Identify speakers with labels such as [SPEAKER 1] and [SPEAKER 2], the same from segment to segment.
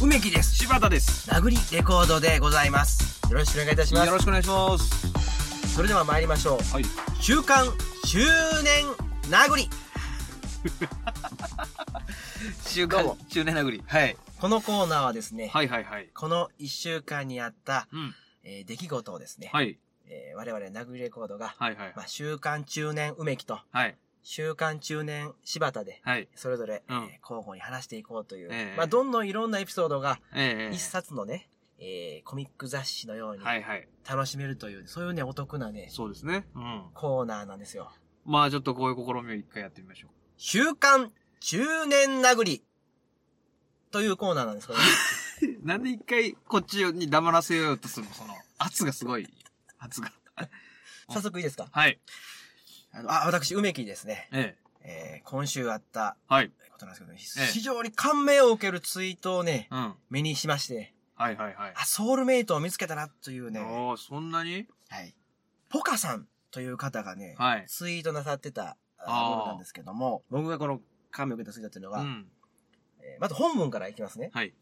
[SPEAKER 1] 梅木です
[SPEAKER 2] 柴田です
[SPEAKER 1] 殴りレコードでございますよろしくお願いいたします
[SPEAKER 2] よろしくお願いします
[SPEAKER 1] それでは参りましょう
[SPEAKER 2] はい
[SPEAKER 1] 週刊周年殴り
[SPEAKER 2] 週
[SPEAKER 1] どう
[SPEAKER 2] 刊
[SPEAKER 1] も
[SPEAKER 2] 中年殴りはい
[SPEAKER 1] このコーナーはですね、
[SPEAKER 2] はいはいはい
[SPEAKER 1] この一週間にあった、
[SPEAKER 2] うん
[SPEAKER 1] えー出来事をですね、
[SPEAKER 2] はい
[SPEAKER 1] えー我々殴りレコードが、
[SPEAKER 2] はいはい
[SPEAKER 1] まあ、週刊中年梅木と
[SPEAKER 2] はい
[SPEAKER 1] 週刊中年柴田で、
[SPEAKER 2] はい
[SPEAKER 1] それぞれ、
[SPEAKER 2] うん
[SPEAKER 1] えー交互に話していこうという、
[SPEAKER 2] ええ
[SPEAKER 1] まあ、どんどんいろんなエピソードが、
[SPEAKER 2] ええ
[SPEAKER 1] 一冊のね、えーコミック雑誌のように
[SPEAKER 2] はいはい
[SPEAKER 1] 楽しめるという、そういうね、お得なね、
[SPEAKER 2] そうですねうん
[SPEAKER 1] コーナーなんですよ。
[SPEAKER 2] まあちょっとこういう試みを一回やってみましょ
[SPEAKER 1] 週刊中年殴りというコーナーなんですけどね。
[SPEAKER 2] うなんで一回こっちに黙らせようとするのその圧がすごい圧が
[SPEAKER 1] 早速いいですか
[SPEAKER 2] はい
[SPEAKER 1] あの、あ、私、梅木ですね。
[SPEAKER 2] ええ
[SPEAKER 1] えー今週あった
[SPEAKER 2] はい
[SPEAKER 1] ことなんですけど、
[SPEAKER 2] ええ
[SPEAKER 1] 非常に感銘を受けるツイートをね、
[SPEAKER 2] うん
[SPEAKER 1] 目にしまして、
[SPEAKER 2] はいはいはい
[SPEAKER 1] あ、ソウルメイトを見つけたなというね、
[SPEAKER 2] おーそんなに
[SPEAKER 1] はい。ポカさんという方がね、
[SPEAKER 2] はい
[SPEAKER 1] ツイートなさってた
[SPEAKER 2] あー
[SPEAKER 1] あものなんですけども、僕がこの感銘を受けたツイートっていうの
[SPEAKER 2] う
[SPEAKER 1] が、
[SPEAKER 2] ん
[SPEAKER 1] えーまず本文からいきますね。
[SPEAKER 2] はい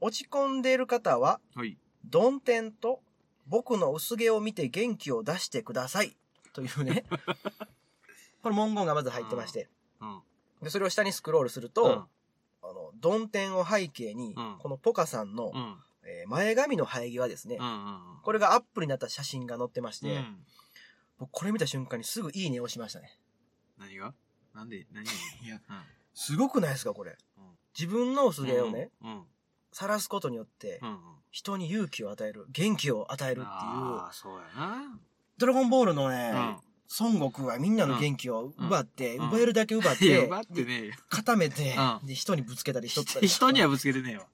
[SPEAKER 1] 落ち込んでいる方は、
[SPEAKER 2] はい
[SPEAKER 1] どん天と僕の薄毛を見て元気を出してください。というね。 これ文言がまず入ってまして。
[SPEAKER 2] うん
[SPEAKER 1] で、それを下にスクロールすると、あの、どん天を背景に、
[SPEAKER 2] うん
[SPEAKER 1] このポカさんの、
[SPEAKER 2] うんうん
[SPEAKER 1] えー前髪の生え際ですね。
[SPEAKER 2] うんうん
[SPEAKER 1] これがアップになった写真が載ってまし
[SPEAKER 2] う
[SPEAKER 1] て、
[SPEAKER 2] ん
[SPEAKER 1] 僕これ見た瞬間にすぐいいねを押しましたね。
[SPEAKER 2] 何がなんで何が
[SPEAKER 1] いや、
[SPEAKER 2] うん
[SPEAKER 1] すごくないですか、これ。自分の薄毛をね、
[SPEAKER 2] うんうん
[SPEAKER 1] 晒すことによって
[SPEAKER 2] う、んうん
[SPEAKER 1] 人に勇気を与える、元気を与えるっていう
[SPEAKER 2] あ、あそうやな
[SPEAKER 1] ドラゴンボールのね、
[SPEAKER 2] うん
[SPEAKER 1] 孫悟空はみんなの元気を奪って、
[SPEAKER 2] うん
[SPEAKER 1] 奪えるだけ奪っ
[SPEAKER 2] い
[SPEAKER 1] て、
[SPEAKER 2] や待ってねえよ
[SPEAKER 1] 固めて、
[SPEAKER 2] う
[SPEAKER 1] で人にぶつけたりしとったり
[SPEAKER 2] 人にはぶつけてねえわ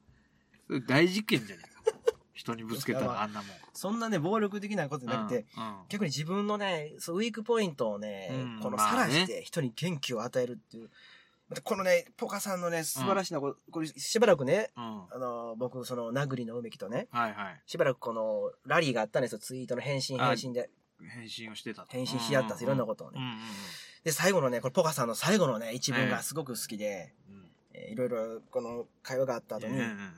[SPEAKER 2] それ大事件じゃねえか人にぶつけた らあんなもん
[SPEAKER 1] そんなね暴力的なことじゃなくて、
[SPEAKER 2] うんうん
[SPEAKER 1] 逆に自分のねそうウィークポイントをね、
[SPEAKER 2] うん
[SPEAKER 1] この
[SPEAKER 2] まあ
[SPEAKER 1] さ
[SPEAKER 2] ね
[SPEAKER 1] らして人に元気を与えるっていう、またこのねポカさんのね素晴らしいなこと、これしばらくね
[SPEAKER 2] うん
[SPEAKER 1] あの僕その殴りの梅木とね
[SPEAKER 2] はいはい
[SPEAKER 1] しばらくこのラリーがあったんですよツイートの返信
[SPEAKER 2] あ
[SPEAKER 1] 返信で
[SPEAKER 2] 返信をしてたと
[SPEAKER 1] 返信し合ったんですいろんなことを
[SPEAKER 2] うん
[SPEAKER 1] ね
[SPEAKER 2] うんうん
[SPEAKER 1] で最後のねこれポカさんの最後のね一文がすごく好きで、
[SPEAKER 2] うんうん
[SPEAKER 1] えーいろいろこの会話があった後
[SPEAKER 2] うん
[SPEAKER 1] に、
[SPEAKER 2] うんうん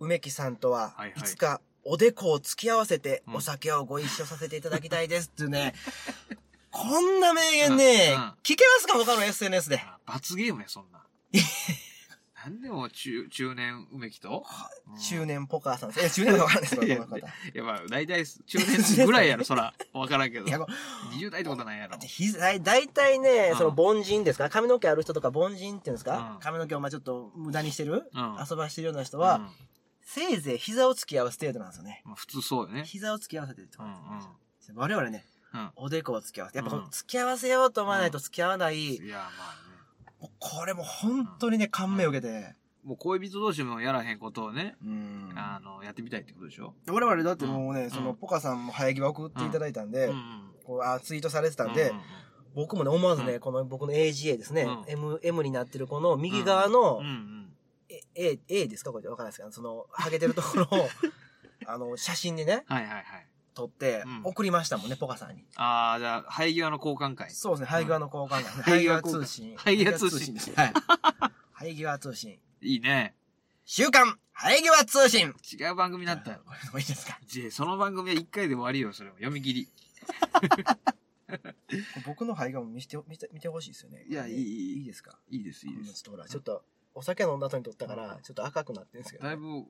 [SPEAKER 1] 梅木さんとは
[SPEAKER 2] はいはい
[SPEAKER 1] いつかおでこを突き合わせて
[SPEAKER 2] うん
[SPEAKER 1] お酒をご一緒させていただきたいですっていう ね、こんな名言ね
[SPEAKER 2] うんうん、
[SPEAKER 1] 聞けますか他の SNS で。
[SPEAKER 2] あ罰ゲームやそん ななんでも中中年梅木とうん
[SPEAKER 1] 中年ポカーさんです。え、中年かわかんないです、この方。
[SPEAKER 2] いいやまあ大体中年ぐらいやろそら分からんけど
[SPEAKER 1] いや、もう
[SPEAKER 2] 20代ってことなんやろ
[SPEAKER 1] だって膝大体ね
[SPEAKER 2] う、ん
[SPEAKER 1] その凡人ですか髪の毛ある人とか凡人っていうんです
[SPEAKER 2] う
[SPEAKER 1] か
[SPEAKER 2] ん
[SPEAKER 1] 髪の毛をまあちょっと無駄にしてる
[SPEAKER 2] うん
[SPEAKER 1] 遊ばしてるような人
[SPEAKER 2] う
[SPEAKER 1] は、
[SPEAKER 2] ん
[SPEAKER 1] せいぜい膝を突き合わせ程度なんですよね。
[SPEAKER 2] まあ、普通そうよね。
[SPEAKER 1] 膝を突き合わせてると
[SPEAKER 2] うん
[SPEAKER 1] か
[SPEAKER 2] うん。
[SPEAKER 1] 我々ね、
[SPEAKER 2] う
[SPEAKER 1] おでこを突き合わせて。やっぱこ
[SPEAKER 2] う
[SPEAKER 1] の
[SPEAKER 2] ん
[SPEAKER 1] 突き合わせようと思わないと付き合わない
[SPEAKER 2] ん。、いや、まあね。
[SPEAKER 1] もうこれも本当にね、感銘を受けて。
[SPEAKER 2] もう恋人同士もやらへんことをね、
[SPEAKER 1] うん
[SPEAKER 2] あの、やってみたいってことでしょ
[SPEAKER 1] 我々だってもうね、
[SPEAKER 2] うん
[SPEAKER 1] その、ポカさんも生え際送っていただいたんで、
[SPEAKER 2] うん。
[SPEAKER 1] こうあツイートされてたん
[SPEAKER 2] う
[SPEAKER 1] で、
[SPEAKER 2] う
[SPEAKER 1] 僕もね、思わずね、
[SPEAKER 2] うん
[SPEAKER 1] この僕の AGA ですね、
[SPEAKER 2] うん
[SPEAKER 1] M、M になってるこの右側の、
[SPEAKER 2] うんうん。
[SPEAKER 1] え A、A ですかこれわかんないですけど、その、ハゲてるところ を、あの、写真でね、
[SPEAKER 2] はいはいはい。
[SPEAKER 1] 撮って
[SPEAKER 2] うん、
[SPEAKER 1] 送りましたもんね、ポカさんに。
[SPEAKER 2] ああ、じゃあ、生え際の交換会。
[SPEAKER 1] そうですね、生え際の交換が、
[SPEAKER 2] ん
[SPEAKER 1] 生え際通信。
[SPEAKER 2] 生え際通信
[SPEAKER 1] 生えです。はい。 生え際通信。
[SPEAKER 2] いいね。
[SPEAKER 1] 週刊、生え際通信
[SPEAKER 2] 違う番組になったよ。
[SPEAKER 1] これもいいですか
[SPEAKER 2] じゃあその番組は一回で終わりよ、それも。読み切り。
[SPEAKER 1] 僕の肺がも見て、見て、見てほしいですよね。
[SPEAKER 2] いやいいいい
[SPEAKER 1] いいですか
[SPEAKER 2] いいです、いいで
[SPEAKER 1] ちょ
[SPEAKER 2] す
[SPEAKER 1] っ。とほら、ちょっと、お酒飲んだ後に撮ったか
[SPEAKER 2] う
[SPEAKER 1] ら
[SPEAKER 2] ん、
[SPEAKER 1] ちょっと赤くなってるんですけど
[SPEAKER 2] だい
[SPEAKER 1] ね。
[SPEAKER 2] ぶ、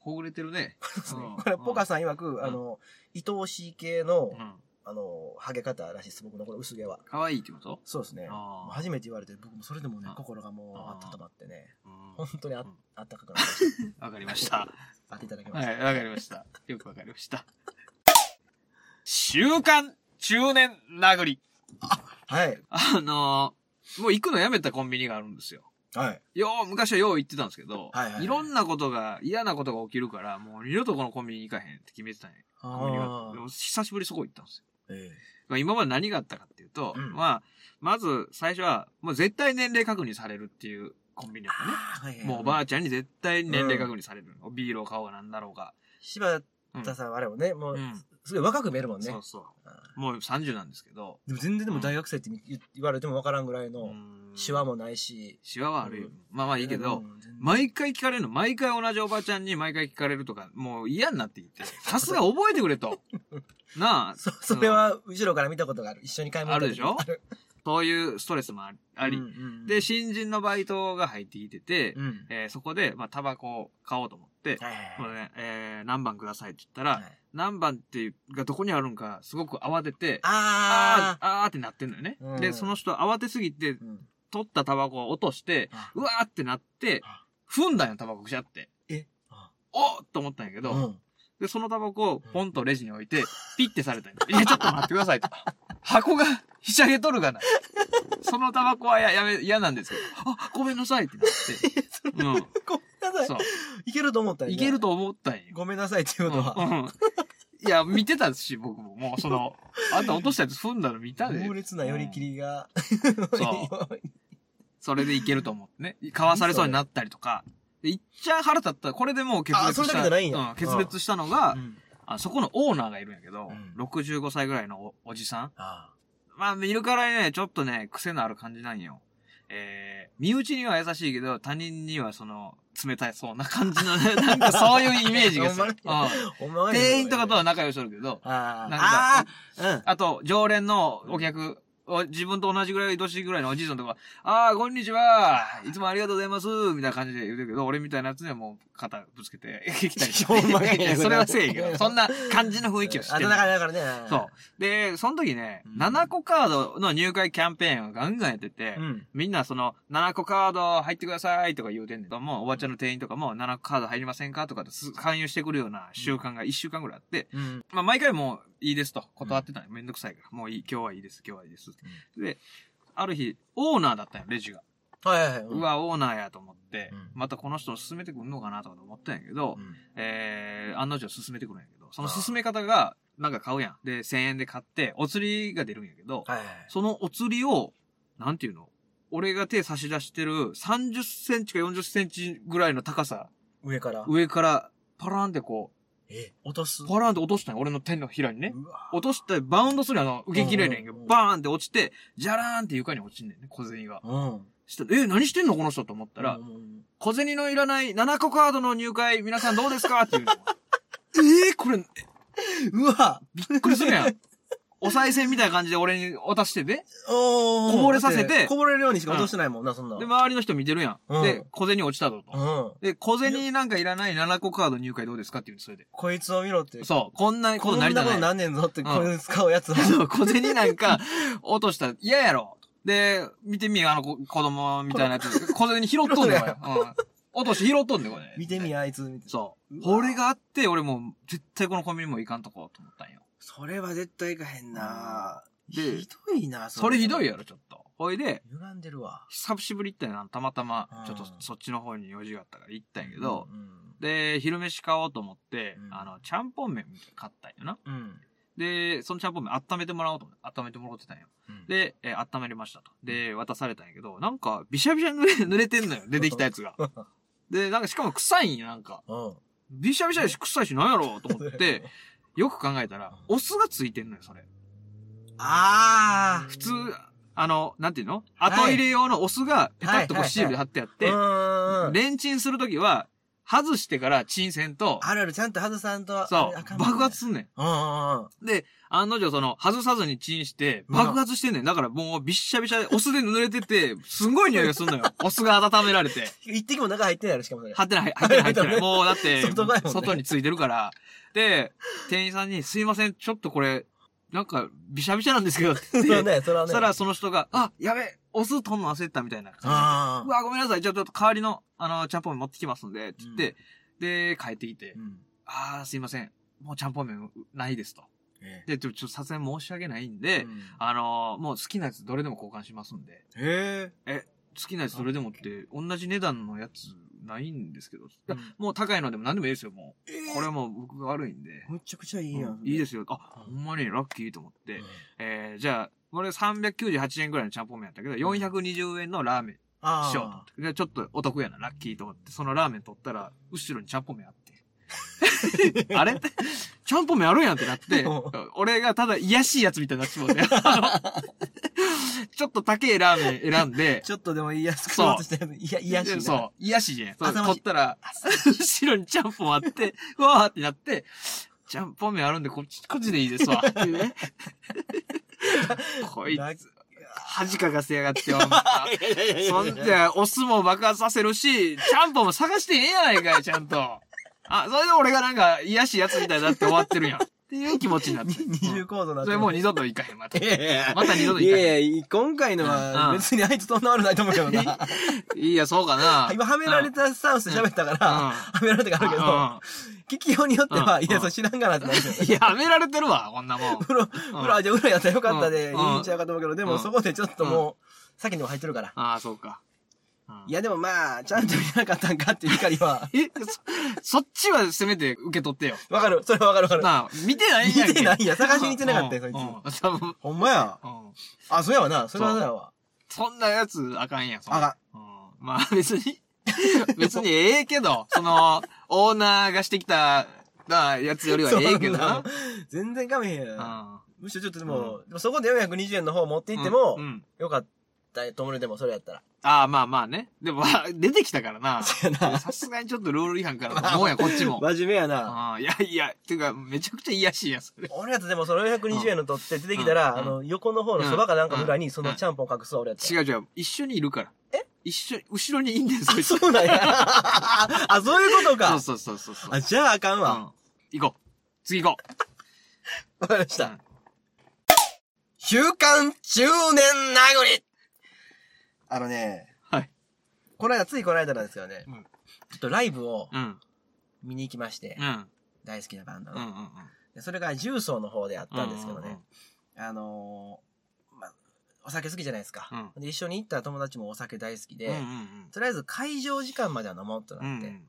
[SPEAKER 2] ほぐれてるね。う ん
[SPEAKER 1] これ、ポカ
[SPEAKER 2] う
[SPEAKER 1] さん曰く、あの、愛おしい系の
[SPEAKER 2] ん、うん。
[SPEAKER 1] あの、ハゲ方らしいです、僕のこの薄毛は。
[SPEAKER 2] 可愛いってこと
[SPEAKER 1] そうですね。
[SPEAKER 2] あー
[SPEAKER 1] 初めて言われて、僕もそれでもね
[SPEAKER 2] あ、
[SPEAKER 1] 心がもう
[SPEAKER 2] あー
[SPEAKER 1] 温まってね、
[SPEAKER 2] う
[SPEAKER 1] 本
[SPEAKER 2] ん
[SPEAKER 1] 当にあ
[SPEAKER 2] うん
[SPEAKER 1] あったかくなりまし
[SPEAKER 2] わかりました。
[SPEAKER 1] た。当ていただきま
[SPEAKER 2] は
[SPEAKER 1] し
[SPEAKER 2] い、わかりました。よくわかりました。週刊中年殴り。
[SPEAKER 1] た。はい。
[SPEAKER 2] あのーもう行くのやめたコンビニがあるんですよ。
[SPEAKER 1] はい。
[SPEAKER 2] よう、昔はよう行ってたんですけど、
[SPEAKER 1] はいはいはい
[SPEAKER 2] ろんなことが、嫌なことが起きるから、もう二度とこのコンビニ行かへんって決めてたんや。コンビニが
[SPEAKER 1] あ
[SPEAKER 2] で
[SPEAKER 1] ー
[SPEAKER 2] も久しぶりそこ行ったんですよ。
[SPEAKER 1] え
[SPEAKER 2] まあ今まで何があったかっていうと、
[SPEAKER 1] うん
[SPEAKER 2] まあ、まず最初は、もう絶対年齢確認されるっていうコンビニだったね。
[SPEAKER 1] え
[SPEAKER 2] もうおばあちゃんに絶対年齢確認される。ビールを買おうが何だろうが。
[SPEAKER 1] 柴
[SPEAKER 2] うん
[SPEAKER 1] 田さんはあれもね、も
[SPEAKER 2] う
[SPEAKER 1] う、
[SPEAKER 2] ん
[SPEAKER 1] すごい若く見えるもんね
[SPEAKER 2] そ。うそう。
[SPEAKER 1] あー
[SPEAKER 2] もう30なんですけど、
[SPEAKER 1] でも全然でも大学生って言言われてもわからんぐらいの、
[SPEAKER 2] うん
[SPEAKER 1] シワもないし。
[SPEAKER 2] シワはあるよ。
[SPEAKER 1] うん
[SPEAKER 2] まあまあいいけ
[SPEAKER 1] う
[SPEAKER 2] ど、
[SPEAKER 1] ん、全然
[SPEAKER 2] 毎回聞かれるの。毎回同じおばちゃんに毎回聞かれるとか、もう嫌になってきて。さすが覚えてく れと。なあ、
[SPEAKER 1] そ、それは後ろから見たことがある。一緒に買い物行った時
[SPEAKER 2] あそういうストレスもありあり。
[SPEAKER 1] うんうん
[SPEAKER 2] で、新人のバイトが入ってきてて、
[SPEAKER 1] うん。
[SPEAKER 2] えーそこで、まあ、タバコを買おうと思って、
[SPEAKER 1] はい
[SPEAKER 2] こ
[SPEAKER 1] はい
[SPEAKER 2] れね、えー何番くださいって言ったら、
[SPEAKER 1] はい。
[SPEAKER 2] 何番っていう、がどこにあるんか、すごく慌てて、あ
[SPEAKER 1] あ
[SPEAKER 2] ーあーってなってんのよね。
[SPEAKER 1] うん
[SPEAKER 2] で、その人慌てすぎて
[SPEAKER 1] ー、うん
[SPEAKER 2] 取ったタバコを落として、
[SPEAKER 1] あ
[SPEAKER 2] うわーってなって
[SPEAKER 1] あ、
[SPEAKER 2] 踏んだんよ、タバコくしゃって。
[SPEAKER 1] えあ
[SPEAKER 2] おーっと思ったんやけど、
[SPEAKER 1] うん
[SPEAKER 2] で、そのタバコをポンとレジに置いて、ピッてされたんよ。いや、ちょっと待ってくださいと。箱がひしゃげとるがな。そのタバコはややめ、嫌なんですけど、あ、ごめんなさいってなって。 うん。
[SPEAKER 1] ごめんなさ
[SPEAKER 2] そ
[SPEAKER 1] い。いけると思ったん
[SPEAKER 2] う。
[SPEAKER 1] や
[SPEAKER 2] いけると思ったんよ。
[SPEAKER 1] ごめんなさいっていう
[SPEAKER 2] うん
[SPEAKER 1] のは、
[SPEAKER 2] うんいや、見てたし、僕も。もう、その、あんた落としたやつ踏んだの見たで
[SPEAKER 1] 猛。烈な寄り切りが、
[SPEAKER 2] そうそれでいけると思ってね。かわされそうになったりとか。で、いっちゃん腹立った。これでもう決
[SPEAKER 1] あ
[SPEAKER 2] 別
[SPEAKER 1] それ
[SPEAKER 2] し
[SPEAKER 1] だ
[SPEAKER 2] た。
[SPEAKER 1] けじゃないんや
[SPEAKER 2] うん、決別したのが、
[SPEAKER 1] うん
[SPEAKER 2] あ、そこのオーナーがいるんやけど、
[SPEAKER 1] うん
[SPEAKER 2] 65歳ぐらいのおおじさん。
[SPEAKER 1] あ
[SPEAKER 2] まあ、見るからにね、ちょっとね、癖のある感じなんよ。えー、身内には優しいけど、他人にはその、冷たいそうな 感じの、ね、なんかそういうイメージがする。
[SPEAKER 1] ほんま
[SPEAKER 2] うん
[SPEAKER 1] ーほんまや
[SPEAKER 2] 店員とかとは仲良しとるけど、
[SPEAKER 1] あ
[SPEAKER 2] なん
[SPEAKER 1] あ
[SPEAKER 2] か
[SPEAKER 1] あーうん
[SPEAKER 2] あと、常連のお客、お自分と同じぐらい、年ぐらいのおじいさんとか、ああ、こんにちは、いつもありがとうございます、みたいな感じで言うてるけど、俺みたいなやつにはもう肩ぶつけて、 行きたりし て
[SPEAKER 1] ほんまかいな
[SPEAKER 2] それはせえへんけど、そんな感じの雰囲気を知っ
[SPEAKER 1] あ
[SPEAKER 2] て
[SPEAKER 1] と
[SPEAKER 2] る
[SPEAKER 1] だ。からだからね。
[SPEAKER 2] そう。で、その時ね、
[SPEAKER 1] うん
[SPEAKER 2] 7個カードの入会キャンペーンをガンガンやってて、
[SPEAKER 1] うん。
[SPEAKER 2] みんなその、7個カード入ってくださいとか言うてんねんけども、おばちゃんの店員とかも、7個カード入りませんかとかってす勧誘してくるような習慣が1週間ぐらいあって、
[SPEAKER 1] うん。
[SPEAKER 2] まあ、毎回もういいですと断ってたのよ。めんどくさいから。もういい、今日はいいです、今日はいいです。で、ある日、オーナーだったよ、レジが。
[SPEAKER 1] はいはいはい。
[SPEAKER 2] うわ、オーナーやと思って、
[SPEAKER 1] うん
[SPEAKER 2] またこの人を進めてくんのかなとかと思ったんやけど、
[SPEAKER 1] うん。
[SPEAKER 2] えー、案の定進めてくるんやけど、その
[SPEAKER 1] あー
[SPEAKER 2] 進め方が、なんか買うやん。で、1000円で買って、お釣りが出るんやけど、
[SPEAKER 1] はいはいはい。
[SPEAKER 2] そのお釣りを、なんていうの俺が手差し出してる30センチか40センチぐらいの高さ、
[SPEAKER 1] 上から。
[SPEAKER 2] 上からパラーンってこ
[SPEAKER 1] え、落とす
[SPEAKER 2] う、パラーンって落としたんよ俺の手のひらにね。
[SPEAKER 1] うわ
[SPEAKER 2] 落として、バウンドするやんあの、受け切れねんけど、
[SPEAKER 1] うんうんうん
[SPEAKER 2] バーンって落ちて、じゃらーンって床に落ちんねんね、小銭が。
[SPEAKER 1] うん。
[SPEAKER 2] したらえ、何してんのこの人と思ったら、
[SPEAKER 1] うんうんうん
[SPEAKER 2] 小銭のいらない7個カードの入会、皆さんどうですかって言 うの。えー、これ、
[SPEAKER 1] うわ
[SPEAKER 2] びっくりするやん。お賽銭みたいな感じで俺に渡してて、
[SPEAKER 1] おー
[SPEAKER 2] こぼれさせて
[SPEAKER 1] だっこぼれるようにしか落としてないもんな、そんなの。
[SPEAKER 2] で、周りの人見てるや
[SPEAKER 1] うん
[SPEAKER 2] ん。で、小銭落ちたぞと。
[SPEAKER 1] うん。
[SPEAKER 2] で、小銭なんかいらない7個カード入会どうですかって言うの、それで。
[SPEAKER 1] こいつを見ろって。
[SPEAKER 2] そう、こんなこ
[SPEAKER 1] ことん
[SPEAKER 2] な
[SPEAKER 1] な
[SPEAKER 2] り
[SPEAKER 1] こ
[SPEAKER 2] た
[SPEAKER 1] と
[SPEAKER 2] ない。
[SPEAKER 1] なんねんぞって、
[SPEAKER 2] ん
[SPEAKER 1] これ使うやつは。
[SPEAKER 2] そう、小銭なんか落としたら嫌やろ。で、見てみよ、あの子子供みたいなやつ。小銭拾っとんねん、これ。うん。落として拾っとんねん、これ。
[SPEAKER 1] 見てみや、あいつ。みたいな
[SPEAKER 2] そう。
[SPEAKER 1] うわ
[SPEAKER 2] これがあって、俺もう絶対このコンビニも行かんとこと思ったんよ。
[SPEAKER 1] それは絶対いかへんな
[SPEAKER 2] で
[SPEAKER 1] ひどいな
[SPEAKER 2] それひどい
[SPEAKER 1] よ。
[SPEAKER 2] やろ、ちょっと。ほいで、
[SPEAKER 1] 歪んでるわ。
[SPEAKER 2] 久しぶり行ったんやな、たまたま
[SPEAKER 1] うん、
[SPEAKER 2] ちょっとそっちの方に用事があったから行ったんやけど、
[SPEAKER 1] うん。
[SPEAKER 2] で、昼飯買おうと思って
[SPEAKER 1] う、ん
[SPEAKER 2] あの、ちゃんぽん麺みたいなの買ったんよな。
[SPEAKER 1] うん。
[SPEAKER 2] で、そのちゃんぽん麺温めてもらおうと思って、温めてもらってたんよ。
[SPEAKER 1] うん、
[SPEAKER 2] で、えー温めれましたと。で、渡されたんやけど、なんか、びしゃびしゃ濡れ、 濡れてんのよ。出てきたや つが。で、なんか、しかも臭いんよ、なんか。
[SPEAKER 1] うん。
[SPEAKER 2] びしゃびしゃやし、臭いし、なんやろうと 思って、よく考えたら、お酢がついてんのよ、それ。
[SPEAKER 1] ああ。
[SPEAKER 2] 普通、あの、なんていうの後入れ用のお酢が、ペタッとこ
[SPEAKER 1] は
[SPEAKER 2] う
[SPEAKER 1] い
[SPEAKER 2] シールで貼ってあっ
[SPEAKER 1] う
[SPEAKER 2] て、
[SPEAKER 1] んうん。
[SPEAKER 2] レンチンするときは、外してからチンせんと、
[SPEAKER 1] あるある、ちゃんと外さんと。
[SPEAKER 2] そ
[SPEAKER 1] あか
[SPEAKER 2] う、
[SPEAKER 1] んもんね
[SPEAKER 2] 爆発。すんねん。
[SPEAKER 1] うんうんうん。
[SPEAKER 2] で、案の定その、外さずにチンして、
[SPEAKER 1] うん
[SPEAKER 2] 爆発してんねん。だからもうびっしゃびしゃ、お酢で濡れてて、すんごい匂いがす んのよ。お酢が温められて。
[SPEAKER 1] 一滴も中入ってないやろ、しかもそれ。
[SPEAKER 2] 入って ない、入ってない、入って
[SPEAKER 1] 入って
[SPEAKER 2] な
[SPEAKER 1] ない
[SPEAKER 2] い。もうだって
[SPEAKER 1] 外だよね、
[SPEAKER 2] 外についてるから。で、店員さんに、すいません、ちょっとこれ、なんか、びしゃびしゃなんですけどって。
[SPEAKER 1] それは
[SPEAKER 2] そ
[SPEAKER 1] ね、それはね。
[SPEAKER 2] したらその人が、あ、やべ、お酢取んの焦ったみたいな感
[SPEAKER 1] あ
[SPEAKER 2] じで。う
[SPEAKER 1] あ。
[SPEAKER 2] わ、ごめんなさい、じゃあちょっと代わりの、あの、ちゃんぽん麺持ってきますんで、って言って、で、帰ってきて
[SPEAKER 1] う、ん。
[SPEAKER 2] あー、すいません、もうちゃんぽん麺ないですと。
[SPEAKER 1] え
[SPEAKER 2] で、ちょ、ちょ、さすがに申し訳ないん
[SPEAKER 1] え
[SPEAKER 2] で
[SPEAKER 1] う、ん
[SPEAKER 2] あのー、もう好きなやつどれでも交換しますんで、
[SPEAKER 1] へ
[SPEAKER 2] 好きなやつどれでもって、同じ値段のやつないんですけど、い
[SPEAKER 1] え
[SPEAKER 2] や、もう高いのでも何でもいいですよ、も
[SPEAKER 1] え
[SPEAKER 2] う。
[SPEAKER 1] ー
[SPEAKER 2] これはもう僕が悪いんで。
[SPEAKER 1] むちゃくちゃい
[SPEAKER 2] い
[SPEAKER 1] いやん。。
[SPEAKER 2] いいですすよ。あ、
[SPEAKER 1] う
[SPEAKER 2] ほ
[SPEAKER 1] ん
[SPEAKER 2] んまにラッキーと思って。
[SPEAKER 1] うん
[SPEAKER 2] えー、じゃあ、これ398円ぐらいのちゃんぽん麺やったけど、420円のラーメン
[SPEAKER 1] ああ。
[SPEAKER 2] しようと思って。で、ちょっとお得やな、ラッキーと思って、そのラーメン取ったら、後ろにちゃんぽん麺あって。 あれちゃんぽん麺あるやんってなって
[SPEAKER 1] うん、
[SPEAKER 2] 俺がただ癒やしいやつみたいになってしまうね。あのちょっと高いラーメン選んで、
[SPEAKER 1] ちょっとでも言いやすくそうとしてる。いや、いやしいな。
[SPEAKER 2] そう。癒やしじゃん。そう
[SPEAKER 1] 頭
[SPEAKER 2] 取ったら、後ろにちゃんぽんあって、うわーってなって、ちゃんぽん麺あるんで、こっち、こっちでいいですわ。っていう ねこい
[SPEAKER 1] ラッ
[SPEAKER 2] つ、恥かかせやがってよ、ほんま
[SPEAKER 1] いやいやいやいや
[SPEAKER 2] そんじゃ、オスも爆発させるし、ちゃんぽんも探してええやないかい、ちゃんと。あ、それで俺がなんか、癒やしいやつみたいになって終わってるやん。っていう気持ちになって。
[SPEAKER 1] 二重構造になっ
[SPEAKER 2] そ
[SPEAKER 1] て
[SPEAKER 2] れ
[SPEAKER 1] る
[SPEAKER 2] もう二度と行かへん、また
[SPEAKER 1] い。やいやいや
[SPEAKER 2] また二度と
[SPEAKER 1] い
[SPEAKER 2] 行かへん。
[SPEAKER 1] やいや、今回のは
[SPEAKER 2] うん
[SPEAKER 1] 別にあいつそんな悪ないと思うけどな。
[SPEAKER 2] いや、そうかな。
[SPEAKER 1] 今、はめられたスタンスで喋ったから、
[SPEAKER 2] うん
[SPEAKER 1] はめられたからあるけど、
[SPEAKER 2] あ
[SPEAKER 1] 聞きようによっては、
[SPEAKER 2] うん
[SPEAKER 1] いや、そう知らんがなってなるけど
[SPEAKER 2] うんいや、はめられてるわ、こんなもん。
[SPEAKER 1] 風呂、風呂、あじゃあ風呂やったらよかったで、
[SPEAKER 2] うん
[SPEAKER 1] いいんちゃうかと思うけど、で
[SPEAKER 2] う
[SPEAKER 1] も
[SPEAKER 2] ん
[SPEAKER 1] そこでちょっともう、先にも入ってるから。
[SPEAKER 2] ああ、そうか。うん
[SPEAKER 1] いや、でもまあ、ちゃんと見なかったんかっていう怒り は、
[SPEAKER 2] え、そ、そっちはせめて受け取ってよ。
[SPEAKER 1] わかる、それはわかるわかる。
[SPEAKER 2] なあ、見てないんやんけ
[SPEAKER 1] 見てないんや探しに行ってなかったよ
[SPEAKER 2] うん
[SPEAKER 1] そいつ
[SPEAKER 2] うん多分、
[SPEAKER 1] ほんまや。
[SPEAKER 2] うん
[SPEAKER 1] あ、そうやわな、それはそうやわ。
[SPEAKER 2] そんなやつあかんやん。そんな
[SPEAKER 1] あかん。
[SPEAKER 2] うんまあ別に、 別にええけど、その、オーナーがしてきた、なあ、やつよりはええけどな。
[SPEAKER 1] 全然かめへんやん。
[SPEAKER 2] う
[SPEAKER 1] むしろちょっとでも、でもそこで420円の方持って
[SPEAKER 2] ん
[SPEAKER 1] いっても、
[SPEAKER 2] うんうん
[SPEAKER 1] よかったよ、ともるでもそれやったら。
[SPEAKER 2] ああ、まあまあね。でも、わ出てきたからな。
[SPEAKER 1] そうやな
[SPEAKER 2] さすがにちょっとルール違反からと思うやん、こっちも。
[SPEAKER 1] 真面目やな。
[SPEAKER 2] ああ、いやいや、てか、めちゃくちゃ癒やしいやん、それ。
[SPEAKER 1] 俺やったらでもその420円の取って出てきたら、
[SPEAKER 2] うん
[SPEAKER 1] あの、横の方のそばかなんかぐらいにそのちゃんぽん隠すわ、俺やった
[SPEAKER 2] 違
[SPEAKER 1] ら。
[SPEAKER 2] う違う、一緒にいるから。
[SPEAKER 1] え
[SPEAKER 2] 一緒に、後ろにいんねん、そいつ。
[SPEAKER 1] そう なんや。あ、そういうこと
[SPEAKER 2] そう
[SPEAKER 1] か。
[SPEAKER 2] そうそうそうそう。
[SPEAKER 1] あ、じゃああかん
[SPEAKER 2] う
[SPEAKER 1] わ。
[SPEAKER 2] ん行こう。次行こう。
[SPEAKER 1] わかりまし
[SPEAKER 2] う
[SPEAKER 1] た
[SPEAKER 2] ん。
[SPEAKER 1] 週刊10年殴りあのね、
[SPEAKER 2] はい。
[SPEAKER 1] この間、ついこの間なんですよね。
[SPEAKER 2] うん
[SPEAKER 1] ちょっとライブを
[SPEAKER 2] うん。
[SPEAKER 1] 見に行きまして、
[SPEAKER 2] うん。
[SPEAKER 1] 大好きなバンド
[SPEAKER 2] うん。う
[SPEAKER 1] の、
[SPEAKER 2] ん。うん
[SPEAKER 1] でそれが重曹の方であったんですけどね。。
[SPEAKER 2] うん
[SPEAKER 1] あのーまあ、お酒好きじゃないですか、
[SPEAKER 2] う
[SPEAKER 1] で、一緒に行った友達もお酒大好きで、
[SPEAKER 2] うんうん
[SPEAKER 1] とりあえず会場時間までは飲もうと
[SPEAKER 2] う
[SPEAKER 1] なっ
[SPEAKER 2] ん。
[SPEAKER 1] て、
[SPEAKER 2] うん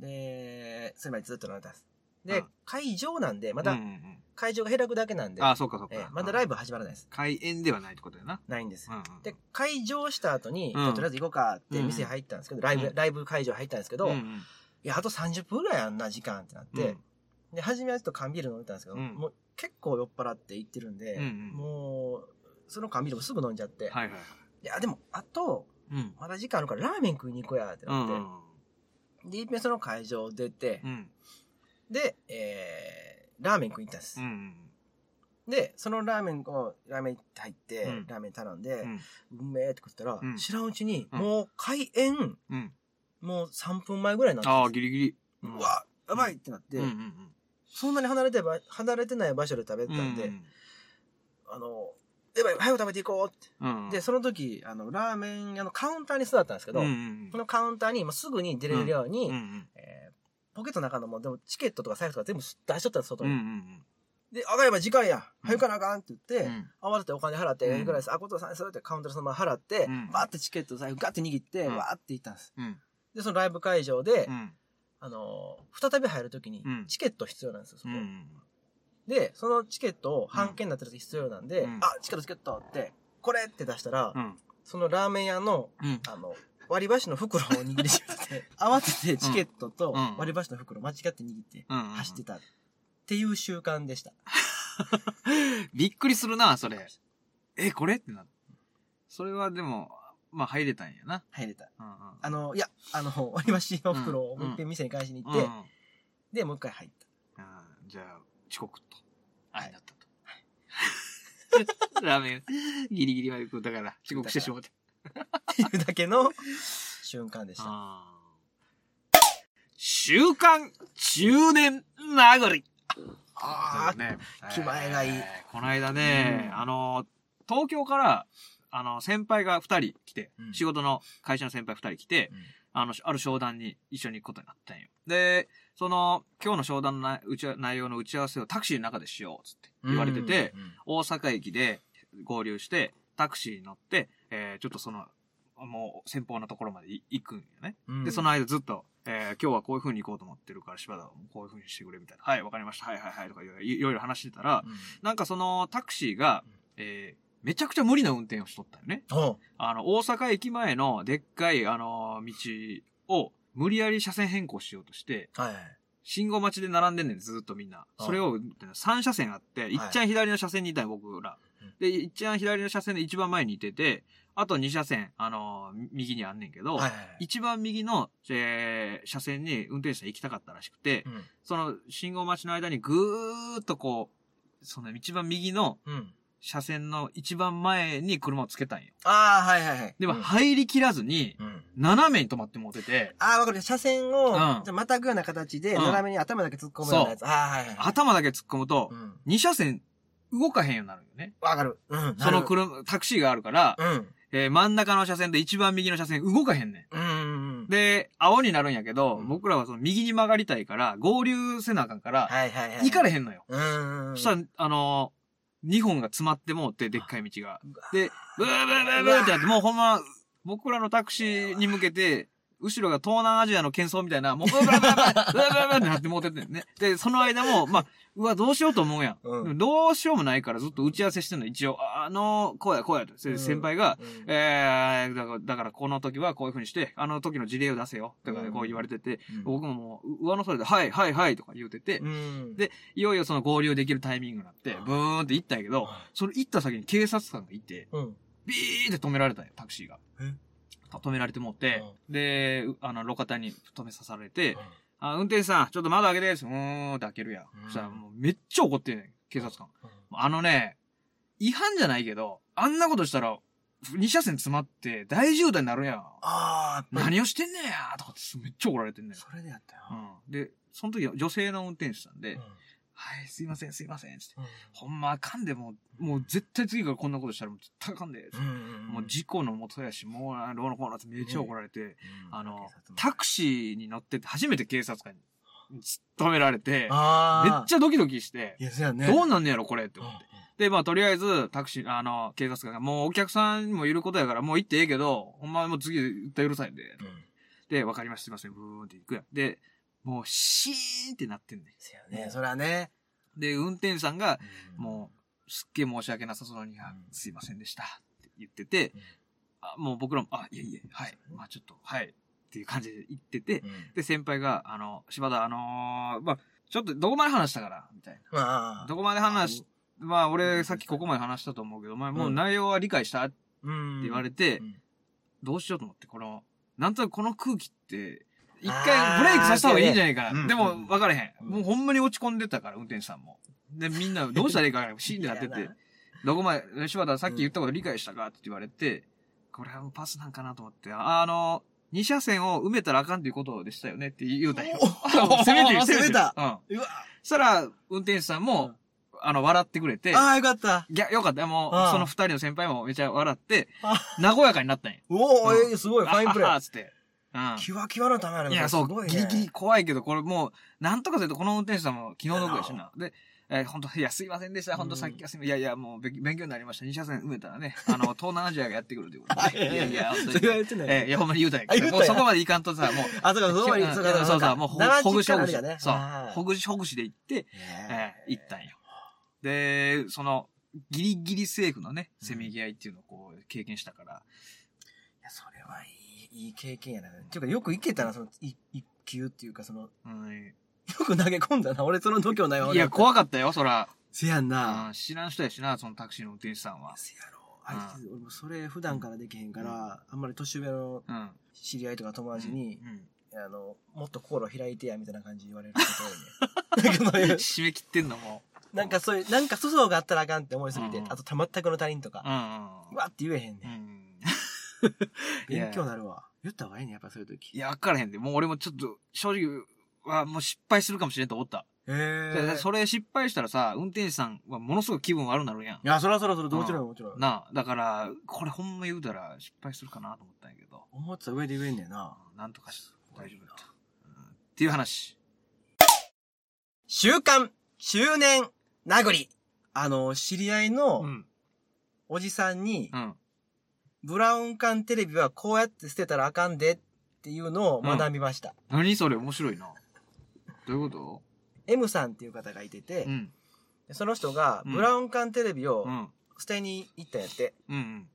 [SPEAKER 1] で、それまでずっと飲んでたんです。で、
[SPEAKER 2] うん
[SPEAKER 1] 会場なんで、ま
[SPEAKER 2] う
[SPEAKER 1] た
[SPEAKER 2] んうんうん
[SPEAKER 1] 会場が開くだけなんで、
[SPEAKER 2] ああ、そうかそう
[SPEAKER 1] えー
[SPEAKER 2] か。
[SPEAKER 1] まだライ
[SPEAKER 2] ブ。
[SPEAKER 1] ブ始まらないです。
[SPEAKER 2] 開演ではないってことやな。
[SPEAKER 1] ないんです
[SPEAKER 2] うん。うんうん。
[SPEAKER 1] で、会場した後に、じ
[SPEAKER 2] うん
[SPEAKER 1] ゃあとりあえず行こうかって店入ったんですけど、ライブ、
[SPEAKER 2] うん
[SPEAKER 1] ライブ会場入ったんですけど、
[SPEAKER 2] うんう
[SPEAKER 1] い
[SPEAKER 2] ん
[SPEAKER 1] や、あと30分ぐらいあんな時間ってなって、
[SPEAKER 2] うん
[SPEAKER 1] で、初めはちょっと缶ビール飲んでたんですけど、
[SPEAKER 2] うん
[SPEAKER 1] もう結構酔っ払って行ってるんで、
[SPEAKER 2] うんうん
[SPEAKER 1] もう、その缶ビールもすぐ飲んじゃって、
[SPEAKER 2] はいはいはい。
[SPEAKER 1] いや、でも、あと、
[SPEAKER 2] うん。
[SPEAKER 1] まだ時間あるからラーメン食いに行こうや、って
[SPEAKER 2] う
[SPEAKER 1] なっ
[SPEAKER 2] ん
[SPEAKER 1] て。
[SPEAKER 2] うん
[SPEAKER 1] で、いっぺんその会場出て、
[SPEAKER 2] うん。
[SPEAKER 1] で、えー、ラーメン食いに行ったんです。
[SPEAKER 2] うんうん
[SPEAKER 1] で、そのラーメンを、ラーメン入って、
[SPEAKER 2] うん
[SPEAKER 1] ラーメン頼んで、
[SPEAKER 2] う
[SPEAKER 1] うんめえって食ったら、
[SPEAKER 2] うん
[SPEAKER 1] 知らんうちに、
[SPEAKER 2] うん
[SPEAKER 1] もう開演、
[SPEAKER 2] うんうん。
[SPEAKER 1] もう3分前ぐらいにな
[SPEAKER 2] あ
[SPEAKER 1] っ
[SPEAKER 2] あ、
[SPEAKER 1] て
[SPEAKER 2] ギリギリ。
[SPEAKER 1] たんですうわ、やばいってなって、
[SPEAKER 2] うんうんうん。
[SPEAKER 1] そんなに離れてば、離れてない場所で食べてたんで、
[SPEAKER 2] うん
[SPEAKER 1] あの、やばい、早く食べていこうって。
[SPEAKER 2] うんうん。
[SPEAKER 1] で、その時、あの、ラーメン屋のカウンターに座ったんですけど、
[SPEAKER 2] うんうん
[SPEAKER 1] このカウンターに、まあ、すぐに出れるように、
[SPEAKER 2] うん。うんうん
[SPEAKER 1] えーポケットの中のもう、でもチケットとか財布とか全部出しとったんです、外
[SPEAKER 2] うん
[SPEAKER 1] に。
[SPEAKER 2] うん
[SPEAKER 1] で、上がれば時間や。
[SPEAKER 2] うん
[SPEAKER 1] 早く行かなあかんって言って、
[SPEAKER 2] うん。うん
[SPEAKER 1] 慌ててお金払って、
[SPEAKER 2] うん
[SPEAKER 1] いくらです、あ、ことさんですよってカウンターでそのまま払って、
[SPEAKER 2] うん
[SPEAKER 1] バーってチケット財布ガッて握って、
[SPEAKER 2] うん
[SPEAKER 1] わーって行ったんです。
[SPEAKER 2] うん
[SPEAKER 1] で、そのライブ会場で、
[SPEAKER 2] うん。
[SPEAKER 1] あのー再び入るときに
[SPEAKER 2] うん、
[SPEAKER 1] チケット必要なんですよ、そこ。
[SPEAKER 2] うん
[SPEAKER 1] で、そのチケットを半券になってる時必要なんで、
[SPEAKER 2] うん
[SPEAKER 1] あ、チケットチケットって、これって出したら、
[SPEAKER 2] うん。
[SPEAKER 1] そのラーメン屋の、
[SPEAKER 2] うん。
[SPEAKER 1] あの、割り箸の袋を握りしめて、慌ててチケットと
[SPEAKER 2] うん
[SPEAKER 1] 割り箸の袋間違って握って
[SPEAKER 2] うんうん
[SPEAKER 1] 走ってたっていう習慣でした。
[SPEAKER 2] びっくりするな、それ。え、これってな。それはでも、まあ入れたんやな。
[SPEAKER 1] 入れた。
[SPEAKER 2] うんうん
[SPEAKER 1] あの、いや、あの、割り箸の袋を
[SPEAKER 2] うん
[SPEAKER 1] もう一遍店に返しに行っ
[SPEAKER 2] うんう
[SPEAKER 1] て、
[SPEAKER 2] ん
[SPEAKER 1] で、もう一回入っ
[SPEAKER 2] うんじゃあ、遅刻と。
[SPEAKER 1] はい
[SPEAKER 2] あれだったと。 ラーメン、ギリギリまで食うたから、遅刻してしまって。
[SPEAKER 1] た。っていうだけ の瞬間でした。
[SPEAKER 2] あー週刊中年殴り。
[SPEAKER 1] あー、
[SPEAKER 2] ね、
[SPEAKER 1] 気前がいい
[SPEAKER 2] えーこの間
[SPEAKER 1] う
[SPEAKER 2] ね、
[SPEAKER 1] ん
[SPEAKER 2] あの、東京から、あの、先輩が2人来て、
[SPEAKER 1] うん
[SPEAKER 2] 仕事の会社の先輩2人来て、
[SPEAKER 1] うん
[SPEAKER 2] あの、ある商談に一緒に行くことになったんよ。で、その、今日の商談のなうちわ内容の打ち合わせをタクシーの中でしよう、つって言われてて、
[SPEAKER 1] うん、
[SPEAKER 2] 大阪駅で合流して、タクシーに乗って、えーちょっとその、もう先方のところまでい行くんよね。
[SPEAKER 1] うん
[SPEAKER 2] で、その、間ずっと、えー今日はこういう風に行こうと思ってるから、柴田はこういう風にしてくれみたいな。はい、わかりました。はいはいはい。とかいろいろいろいろ話してたら、
[SPEAKER 1] うん
[SPEAKER 2] なんかそのタクシーが
[SPEAKER 1] うん、
[SPEAKER 2] えーめちゃくちゃ無理な運転をしとったよね。
[SPEAKER 1] お
[SPEAKER 2] あの、大阪駅前のでっかい、あの道を無理やり車線変更しようとして、
[SPEAKER 1] はい。
[SPEAKER 2] 信号待ちで並んでんねん、ずっとみんな。
[SPEAKER 1] うん
[SPEAKER 2] それを、3車線あって、いっちゃん左の車線にいたよ、僕ら
[SPEAKER 1] うん。
[SPEAKER 2] で、一番左の車線で一番前にいてて、あと2車線、あのー右にあんねんけど、
[SPEAKER 1] はいはいはい。
[SPEAKER 2] 一番右の、えー車線に運転手さん行きたかったらしくて、
[SPEAKER 1] うん。
[SPEAKER 2] その信号待ちの間にぐーっとこう、その一番右の
[SPEAKER 1] うん。
[SPEAKER 2] 車線の一番前に車をつけたんよ。
[SPEAKER 1] ああ、はいはいはい。
[SPEAKER 2] でも
[SPEAKER 1] うん
[SPEAKER 2] 入りきらずに、
[SPEAKER 1] うん。
[SPEAKER 2] 斜めに止まってもうてて、
[SPEAKER 1] ああ、わかる。車線を、
[SPEAKER 2] うん
[SPEAKER 1] じゃあまたぐような形で、
[SPEAKER 2] うん
[SPEAKER 1] 斜めに頭だけ突っ込むようなやつ。ああ、はいはい。
[SPEAKER 2] 頭だけ突っ込むと
[SPEAKER 1] う、ん。
[SPEAKER 2] 2車線動かへんようになるよね。
[SPEAKER 1] わかる。うん。
[SPEAKER 2] その
[SPEAKER 1] く
[SPEAKER 2] 車、タクシーがあるから、
[SPEAKER 1] うん。
[SPEAKER 2] えー真ん中の車線と一番右の車線動かへんね
[SPEAKER 1] うんうんうん
[SPEAKER 2] ん。。で、青になるんやけど、
[SPEAKER 1] うん
[SPEAKER 2] 僕らはその右に曲がりたいから、合流せなあかんから、
[SPEAKER 1] はいはいはい。
[SPEAKER 2] 行かれへんのよ。
[SPEAKER 1] うんうんうん。
[SPEAKER 2] そしたら、あのー、2本が詰まってもうって、でっかい道が。で、ブーブーブーブーってやって、もうほんま、僕らのタクシーに向けて、後ろが東南アジアの喧騒みたいな、もうブーブーブーブーブーブーブーってなってもうてってんね。で、その間 も、まあ、うわ、どうしようと思うやん。
[SPEAKER 1] うん
[SPEAKER 2] でもどうしようもないからずっと打ち合わせしてんの、一応。ああのー、こうや、こうやと。
[SPEAKER 1] う
[SPEAKER 2] で
[SPEAKER 1] ん
[SPEAKER 2] 先輩が、
[SPEAKER 1] うん、
[SPEAKER 2] えー、だから、だからこの時はこういう風にして、あの時の事例を出せよ。とか
[SPEAKER 1] う、ん
[SPEAKER 2] こう言われてて、
[SPEAKER 1] うん
[SPEAKER 2] 僕ももう、上の空で、はい、はい、はい、とか言うてて、
[SPEAKER 1] うん。
[SPEAKER 2] でいよいよその合流できるタイミングになって、ブーンって行ったんやけど、それ行った先に警察官がいて、
[SPEAKER 1] うん。
[SPEAKER 2] ビーって止められたんよ、タクシーが
[SPEAKER 1] え。
[SPEAKER 2] た止められてもって、で、うあの、路肩に止めさされて、
[SPEAKER 1] う
[SPEAKER 2] あ、運転手さん、ちょっと窓開けてです。うーんって開けるやん。
[SPEAKER 1] うん
[SPEAKER 2] そしたらもうめっちゃ怒ってんねん、警察官。
[SPEAKER 1] ん
[SPEAKER 2] あのね、違反じゃないけど、あんなことしたら、二車線詰まって大渋滞になるやん。
[SPEAKER 1] ああ、やっぱり
[SPEAKER 2] 何をしてんねんやとかってめっちゃ怒られてんねん。
[SPEAKER 1] それでやったよ。
[SPEAKER 2] うん、で、その時女性の運転手さんで、
[SPEAKER 1] うん
[SPEAKER 2] はい、すいません、すいません、つって。
[SPEAKER 1] う
[SPEAKER 2] ほんまあかんで、もう、もう絶対次からこんなことしたらもう絶対あかんで。
[SPEAKER 1] んうんん
[SPEAKER 2] もう事故のもとやし、もうあ、ローのコーナーってめっちゃ怒られて、
[SPEAKER 1] うん
[SPEAKER 2] あの
[SPEAKER 1] 警察、も
[SPEAKER 2] タクシーに乗ってて初めて警察官に止められて、
[SPEAKER 1] あ
[SPEAKER 2] め
[SPEAKER 1] あ。
[SPEAKER 2] っちゃドキドキして
[SPEAKER 1] い、や、そうやね。
[SPEAKER 2] どう
[SPEAKER 1] っ
[SPEAKER 2] なんねやろこれって思って。で、まあとりあえず、タクシー、あの、警察官が、もうお客さんもいることやから、もう行ってええけど、ほんまもう次絶対うるさいんで。
[SPEAKER 1] うん。
[SPEAKER 2] で、わかりました、すいません、ブーンって行くやん。で、もうシーンってなってんね。
[SPEAKER 1] そうやね。それはね。
[SPEAKER 2] で、運転手さんが、
[SPEAKER 1] うん
[SPEAKER 2] もう、すっげえ申し訳なさそうに、あ
[SPEAKER 1] うん
[SPEAKER 2] すいませんでしたって言ってて、
[SPEAKER 1] うん
[SPEAKER 2] あもう僕らも、あ、いえいえ、はい、まあちょっと、はい、っていう感じで言ってて、
[SPEAKER 1] うん
[SPEAKER 2] で、先輩が、あの、柴田、あのーまあちょっとどこまで話したから、みたい
[SPEAKER 1] ま
[SPEAKER 2] な。
[SPEAKER 1] あ。
[SPEAKER 2] どこまで話し、まあ俺さっきここまで話したと思うけど、お前もう内容は理解したって
[SPEAKER 1] うん。
[SPEAKER 2] 言われ
[SPEAKER 1] て。
[SPEAKER 2] て、
[SPEAKER 1] うん
[SPEAKER 2] どうしようと思って、この、なんとなくこの空気って、一
[SPEAKER 1] あ
[SPEAKER 2] 回
[SPEAKER 1] ー
[SPEAKER 2] ブレイクさせた方がいいんじゃない
[SPEAKER 1] そ
[SPEAKER 2] か
[SPEAKER 1] う
[SPEAKER 2] な。
[SPEAKER 1] ね
[SPEAKER 2] で
[SPEAKER 1] うん
[SPEAKER 2] も、わからへん。
[SPEAKER 1] うん
[SPEAKER 2] もうほんまに落ち込んでたから、運転手さんも。で、みんな、どうしたらいいかわ からへん。シーンってなって
[SPEAKER 1] いや
[SPEAKER 2] て
[SPEAKER 1] な。
[SPEAKER 2] どこまで、柴田さっき言ったこと理解したかって言われて、これはもうパスなんかなと思って、ああの、二車線を埋めたらあかんということでしたよねって言うたんよ。
[SPEAKER 1] おお
[SPEAKER 2] 攻めてる、攻めてる。
[SPEAKER 1] 攻めた
[SPEAKER 2] うん。
[SPEAKER 1] うわ。
[SPEAKER 2] そしたら、運転手さんも、あの、笑ってくれて、
[SPEAKER 1] ああ、よかった。
[SPEAKER 2] ぎゃよかった。も
[SPEAKER 1] あ
[SPEAKER 2] う、
[SPEAKER 1] ー
[SPEAKER 2] その二人の先輩もめちゃ笑って
[SPEAKER 1] あ、
[SPEAKER 2] 和やかになったんよ。
[SPEAKER 1] おお、
[SPEAKER 2] うん
[SPEAKER 1] えーす ごい、ファインプレ
[SPEAKER 2] あはは
[SPEAKER 1] ー。
[SPEAKER 2] つって。うん。
[SPEAKER 1] キワキワのためやね
[SPEAKER 2] いや、そう、
[SPEAKER 1] す ごいね
[SPEAKER 2] ギリギリ怖いけど、これもう、なんとかせると、この運転手さんも気の毒やしな。で、えー、本当いや、すいませんでした。本当さっきはすみ、いやいや、もうべ勉強になりました。二車線埋めた らね、あの、東南アジアがやってくるということで。いやいや、本
[SPEAKER 1] そ
[SPEAKER 2] 当
[SPEAKER 1] れは
[SPEAKER 2] に。
[SPEAKER 1] 言ってない。
[SPEAKER 2] えーいや、ほんまに言うたんやけ
[SPEAKER 1] あ言
[SPEAKER 2] ど、
[SPEAKER 1] う
[SPEAKER 2] も
[SPEAKER 1] たん
[SPEAKER 2] う
[SPEAKER 1] や
[SPEAKER 2] そこまでいかんとさ、もう、
[SPEAKER 1] あ、そうか、そうか、そうか、
[SPEAKER 2] そうそう、もう、ほほぐしほ
[SPEAKER 1] 70からあ
[SPEAKER 2] ぐし。
[SPEAKER 1] るやね
[SPEAKER 2] そう
[SPEAKER 1] あ、ー
[SPEAKER 2] ほぐしほぐしで行って、え
[SPEAKER 1] ね
[SPEAKER 2] ー行ったんよ。で、その、ギリギリセーフのね、せめぎ合いっていうのをこう、経験したから、
[SPEAKER 1] いや、それはいい、いい経験やな。っていうか、よくいけたな、その、い一級っていうか、その、よ
[SPEAKER 2] うん、
[SPEAKER 1] く投げ込んだな。俺、その度胸ないわ。
[SPEAKER 2] いや、怖かったよ、そら。
[SPEAKER 1] せやん
[SPEAKER 2] う
[SPEAKER 1] な。
[SPEAKER 2] ん知らん人やしな、そのタクシーの運転手さんは。
[SPEAKER 1] せやろ。あいつ、俺もそれ普段からできへんから、あんまり年上の
[SPEAKER 2] うん。
[SPEAKER 1] 知り合いとか友達に、あの、もっと心開いてや、みたいな感じで言われること多いね。なんかそう
[SPEAKER 2] うん。
[SPEAKER 1] いう、
[SPEAKER 2] 締め切ってんのも。
[SPEAKER 1] なんかそういう、なんか粗相があったらあかんって思いすぎ
[SPEAKER 2] う
[SPEAKER 1] て
[SPEAKER 2] ん、
[SPEAKER 1] あと、たまったくの他人と
[SPEAKER 2] う
[SPEAKER 1] か、
[SPEAKER 2] ん。
[SPEAKER 1] うわって言えへん
[SPEAKER 2] う
[SPEAKER 1] ね。
[SPEAKER 2] ん。いや
[SPEAKER 1] 勉強になるわ。言った方がいいね、やっぱそういう時。
[SPEAKER 2] いや、わからへんで。もう俺もちょっと、正直は、もう失敗するかもしれんと思った。
[SPEAKER 1] へえ。
[SPEAKER 2] でそれ失敗したらさ、運転手さんはものすごく気分悪なるやん
[SPEAKER 1] い。や、そらそらそら、もちろんもちろん。
[SPEAKER 2] なあ、だから、これほんま言うたら失敗するかなと思ったんやけど、
[SPEAKER 1] 思ってた上で言えんねんな。
[SPEAKER 2] うんなんとかし、大丈夫だっ
[SPEAKER 1] す
[SPEAKER 2] た。うんっていう話。
[SPEAKER 1] 週刊、周年、殴り。あの、知り合いの
[SPEAKER 2] ん。
[SPEAKER 1] おじさんに、
[SPEAKER 2] うん。
[SPEAKER 1] ブラウン管テレビはこうやって捨てたらあかんでっていうのを学びました。
[SPEAKER 2] 何それ面白いな。どういうこと
[SPEAKER 1] M さんっていう方がいてて、
[SPEAKER 2] うん。
[SPEAKER 1] その人が
[SPEAKER 2] うん
[SPEAKER 1] ブラウン管テレビを
[SPEAKER 2] うん。
[SPEAKER 1] 捨てに行ったんやって。
[SPEAKER 2] うんうん。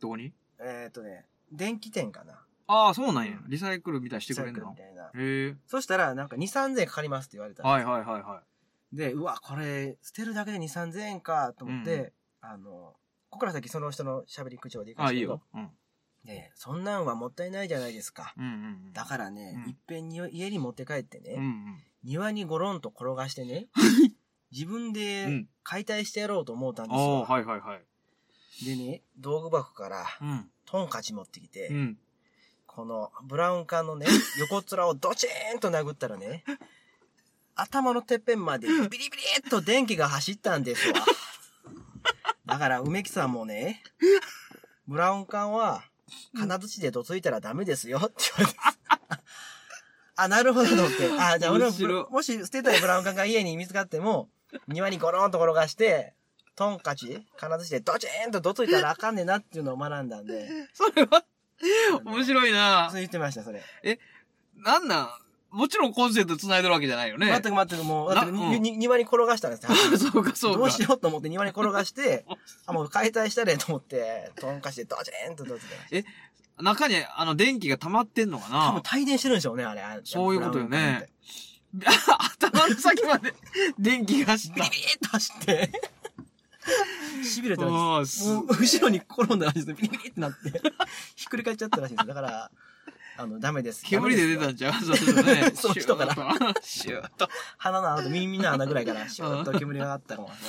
[SPEAKER 2] どこに
[SPEAKER 1] えっ、とね、電気店かな。
[SPEAKER 2] ああ、そうなんや。リサイクルみたいにしてくれん
[SPEAKER 1] ジャックみ
[SPEAKER 2] の
[SPEAKER 1] たいな。
[SPEAKER 2] へえ。
[SPEAKER 1] そしたら、なんか2、3000円かかりますって言われた。
[SPEAKER 2] はいはいはいは
[SPEAKER 1] で、うわ、これ、捨てるだけで2、3000円かと思って、あの、ここから先その人の喋り口調でいくんで
[SPEAKER 2] あ、
[SPEAKER 1] す
[SPEAKER 2] いい
[SPEAKER 1] けど
[SPEAKER 2] よ。うん。
[SPEAKER 1] ねえそんなんはもったいないじゃないですか。
[SPEAKER 2] うんうん。
[SPEAKER 1] だからね、
[SPEAKER 2] うん
[SPEAKER 1] いっぺんに家に持って帰ってね、
[SPEAKER 2] うんうん。
[SPEAKER 1] 庭にゴロンと転がしてね、自分
[SPEAKER 2] う
[SPEAKER 1] で
[SPEAKER 2] ん
[SPEAKER 1] 解体してやろうと思ったんです
[SPEAKER 2] お
[SPEAKER 1] よ
[SPEAKER 2] ー、。はいはいはい。
[SPEAKER 1] でね、道具箱から
[SPEAKER 2] うん。
[SPEAKER 1] トンカチ持ってきて、
[SPEAKER 2] うん。
[SPEAKER 1] このブラウン管のね、 横面をドチーンと殴ったらね、頭のてっぺんまでビリビリっと電気が走ったんですわ。だから梅木さんもね、ブラウン管は金槌でどついたらダメですよって言われてます。あ、なるほどと思って。あ、じゃあ俺も
[SPEAKER 2] 面白い
[SPEAKER 1] もし捨てたいブラウン管が家に見つかっても、庭にゴロンと転がして、トンカチ、金槌でドチーンとどついたらあかんねんなっていうのを学んだんで、
[SPEAKER 2] それは、 面白いな
[SPEAKER 1] そう言ってました、それ。
[SPEAKER 2] なんなんもちろんコンセント繋いでるわけじゃないよね。
[SPEAKER 1] 全く全くもう、だって
[SPEAKER 2] な
[SPEAKER 1] に
[SPEAKER 2] うん
[SPEAKER 1] に庭に転がしたんですよ。
[SPEAKER 2] そうかそうか。
[SPEAKER 1] どうしようと思って庭に転が して、あ、もう解体したれと思って、トンカチでドチーンとドチで。
[SPEAKER 2] 中に、あの、電気が溜まってんのか
[SPEAKER 1] 多分
[SPEAKER 2] な
[SPEAKER 1] 帯電してるんでしょうね、あれ。あ
[SPEAKER 2] そういうことよね。
[SPEAKER 1] ブラウン管って
[SPEAKER 2] 頭の先まで電気が走っ
[SPEAKER 1] ビリ
[SPEAKER 2] た。
[SPEAKER 1] ビリっと走って、 痺れてるん
[SPEAKER 2] あー
[SPEAKER 1] です。もう
[SPEAKER 2] す
[SPEAKER 1] 後ろに転んだらしいです。ビリビリってなって、ひっくり返っちゃったらしいです。だから、あの、ダメです。
[SPEAKER 2] 煙で出
[SPEAKER 1] ダメ。
[SPEAKER 2] たんちゃうそうそうね
[SPEAKER 1] その人から
[SPEAKER 2] シューッと。シューッと。
[SPEAKER 1] すよ鼻の穴と耳の穴ぐらいから、シューッと煙が上がったかもしれな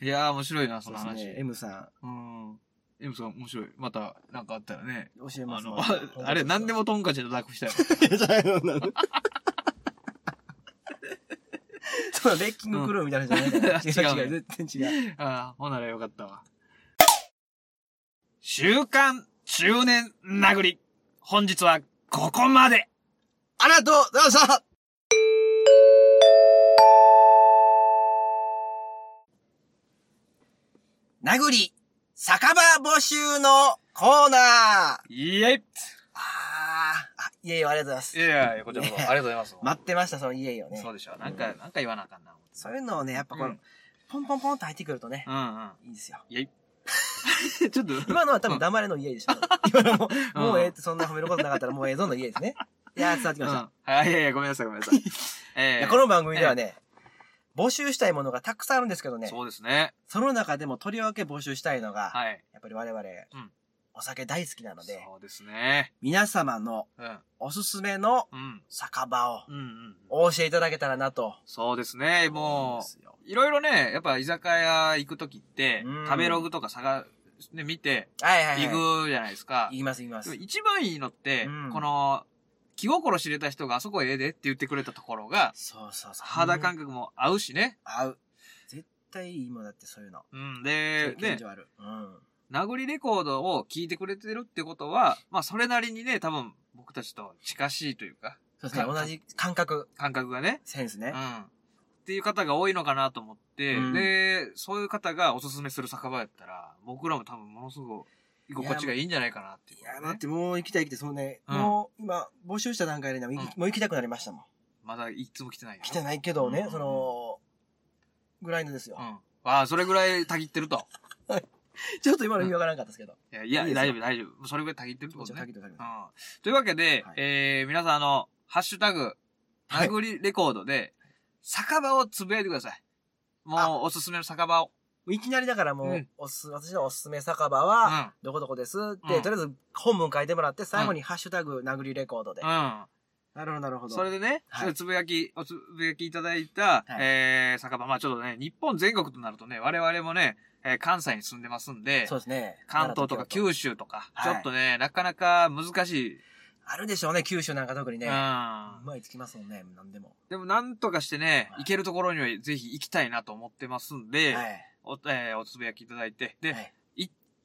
[SPEAKER 1] い。
[SPEAKER 2] いやー、面白いな、
[SPEAKER 1] そ
[SPEAKER 2] そうの
[SPEAKER 1] です
[SPEAKER 2] 話。
[SPEAKER 1] ね。M さん、
[SPEAKER 2] うん。M さん、面白い。また、なんかあったらね。
[SPEAKER 1] 教えま
[SPEAKER 2] あ
[SPEAKER 1] す
[SPEAKER 2] の、 あれ、何で。もトンカチで抱っこしたよ。
[SPEAKER 1] そのレッキングクルーみたいなのじゃないから。
[SPEAKER 2] うん
[SPEAKER 1] 違う違う、全然違う。
[SPEAKER 2] ああ、ほんならよかったわ。週刊中年殴り。本日はここまで。
[SPEAKER 1] ありがとうございました殴り、酒場募集のコーナーあ
[SPEAKER 2] イエイ
[SPEAKER 1] ー、あ、いえいえ、ありがとうございます
[SPEAKER 2] い。やいや、こちらこそ。ありがとうござい ます。
[SPEAKER 1] 待ってました、そのいえいえをね
[SPEAKER 2] そ。うでしょ。なんか、なんか言わなあかんな。
[SPEAKER 1] そういうのをね、やっぱこ
[SPEAKER 2] う
[SPEAKER 1] の
[SPEAKER 2] ん、
[SPEAKER 1] ポンポンポンと入ってくるとね、
[SPEAKER 2] うんうん。
[SPEAKER 1] いいんですよ。
[SPEAKER 2] イエイ。ちょっと、
[SPEAKER 1] 今のは多分黙れの家でしょ。今のも、
[SPEAKER 2] うん
[SPEAKER 1] もうええってそんな褒めることなかったらもうええぞの家ですね。いやー、伝わってきました。
[SPEAKER 2] うん。はい、いやいや、ごめんなさい、ごめんな さい。え
[SPEAKER 1] い
[SPEAKER 2] え
[SPEAKER 1] やこの番組ではね、募集したいものがたくさんあるんですけどね、
[SPEAKER 2] そうですね。
[SPEAKER 1] その中でもとりわけ募集したいのが、
[SPEAKER 2] はい。
[SPEAKER 1] やっぱり我々、
[SPEAKER 2] ん
[SPEAKER 1] お酒大好きなので、
[SPEAKER 2] そうですね。
[SPEAKER 1] 皆様の
[SPEAKER 2] うん。
[SPEAKER 1] おすすめの
[SPEAKER 2] うん。
[SPEAKER 1] 酒場を
[SPEAKER 2] うんうん。
[SPEAKER 1] お教えいただけたらなと。
[SPEAKER 2] そうですね。
[SPEAKER 1] 思うん
[SPEAKER 2] もう
[SPEAKER 1] で、すよ
[SPEAKER 2] いろいろね、やっぱ居酒屋行くときって
[SPEAKER 1] うん、
[SPEAKER 2] 食べログとか探し、ね、見て、
[SPEAKER 1] はいはいはい。
[SPEAKER 2] 行くじゃないですか。
[SPEAKER 1] 言います言います。
[SPEAKER 2] でも一番いいのって、
[SPEAKER 1] うん
[SPEAKER 2] この、気心知れた人があそこええでって言ってくれたところが、
[SPEAKER 1] そうそうそう。
[SPEAKER 2] 肌感
[SPEAKER 1] 覚。
[SPEAKER 2] 覚も合うしね。
[SPEAKER 1] 合う。絶対いいもんだってそういうの。
[SPEAKER 2] うん。で、
[SPEAKER 1] 経験
[SPEAKER 2] ね、
[SPEAKER 1] 上ある。うん。
[SPEAKER 2] 殴りレコードを聞いてくれてるってことは、まあそれなりにね、多分僕たちと近しいというか、
[SPEAKER 1] そうですね。
[SPEAKER 2] か
[SPEAKER 1] 同じ感覚、
[SPEAKER 2] 感覚がね、
[SPEAKER 1] センス
[SPEAKER 2] う
[SPEAKER 1] ね
[SPEAKER 2] ん。。っていう方が多いのかなと思って、
[SPEAKER 1] うん
[SPEAKER 2] で、そういう方がおすすめする酒場やったら、僕らも多分ものすごく居心地がいいんじゃないかなってい
[SPEAKER 1] い
[SPEAKER 2] うことね、
[SPEAKER 1] や、だってもう行きたい行きたい、そのね、
[SPEAKER 2] うん
[SPEAKER 1] もう今、募集した段階でね、もう行き
[SPEAKER 2] う
[SPEAKER 1] もう行きたくなりましたもん。
[SPEAKER 2] まだいつも来てないよ。
[SPEAKER 1] 来てないけどね、
[SPEAKER 2] うん
[SPEAKER 1] その、ぐらいのですよ
[SPEAKER 2] う。ん。ああ、それぐらいたぎってると。
[SPEAKER 1] ちょっと今の意味わからなかったですけど。
[SPEAKER 2] いや、いや
[SPEAKER 1] いいです
[SPEAKER 2] 大
[SPEAKER 1] よ
[SPEAKER 2] 丈夫、大丈夫。それぐらいたぎってるって
[SPEAKER 1] も
[SPEAKER 2] こ
[SPEAKER 1] ち
[SPEAKER 2] と
[SPEAKER 1] ろん書
[SPEAKER 2] ね
[SPEAKER 1] い。てください。
[SPEAKER 2] うん。というわけで、
[SPEAKER 1] はい
[SPEAKER 2] えー、皆さんあの、ハッシュタグ、
[SPEAKER 1] はい
[SPEAKER 2] 殴りレコードで、酒場をつぶやいてください。
[SPEAKER 1] あ
[SPEAKER 2] もう、おすすめの酒場を。
[SPEAKER 1] いきなりだからもう、
[SPEAKER 2] うん
[SPEAKER 1] おすす私のおすすめ酒場
[SPEAKER 2] う
[SPEAKER 1] は、
[SPEAKER 2] ん。
[SPEAKER 1] どこどこですって、
[SPEAKER 2] うん
[SPEAKER 1] とりあえず本文書いてもらって、最後にハッシュタグ殴りレコードで。
[SPEAKER 2] うん。
[SPEAKER 1] なるほど、なるほど。
[SPEAKER 2] それでね、
[SPEAKER 1] はい
[SPEAKER 2] それつぶやき、おつぶやきいただいた、
[SPEAKER 1] はい
[SPEAKER 2] えー、酒場、まあちょっとね、日本全国となるとね、我々もね、えー関西に住んでますんで、
[SPEAKER 1] そうですね。
[SPEAKER 2] 関東とか
[SPEAKER 1] 奈良京都
[SPEAKER 2] 九州とか、
[SPEAKER 1] はい
[SPEAKER 2] ちょっとね、なかなか難しい。
[SPEAKER 1] あるでしょうね、九州なんか特にね。
[SPEAKER 2] う。
[SPEAKER 1] うんまいつきますもんね、なんでも。
[SPEAKER 2] でもなんとかしてね、
[SPEAKER 1] はい
[SPEAKER 2] 行けるところにはぜひ行きたいなと思ってますんで、
[SPEAKER 1] はい。
[SPEAKER 2] お、えーおつぶやきいただいて、で、
[SPEAKER 1] はい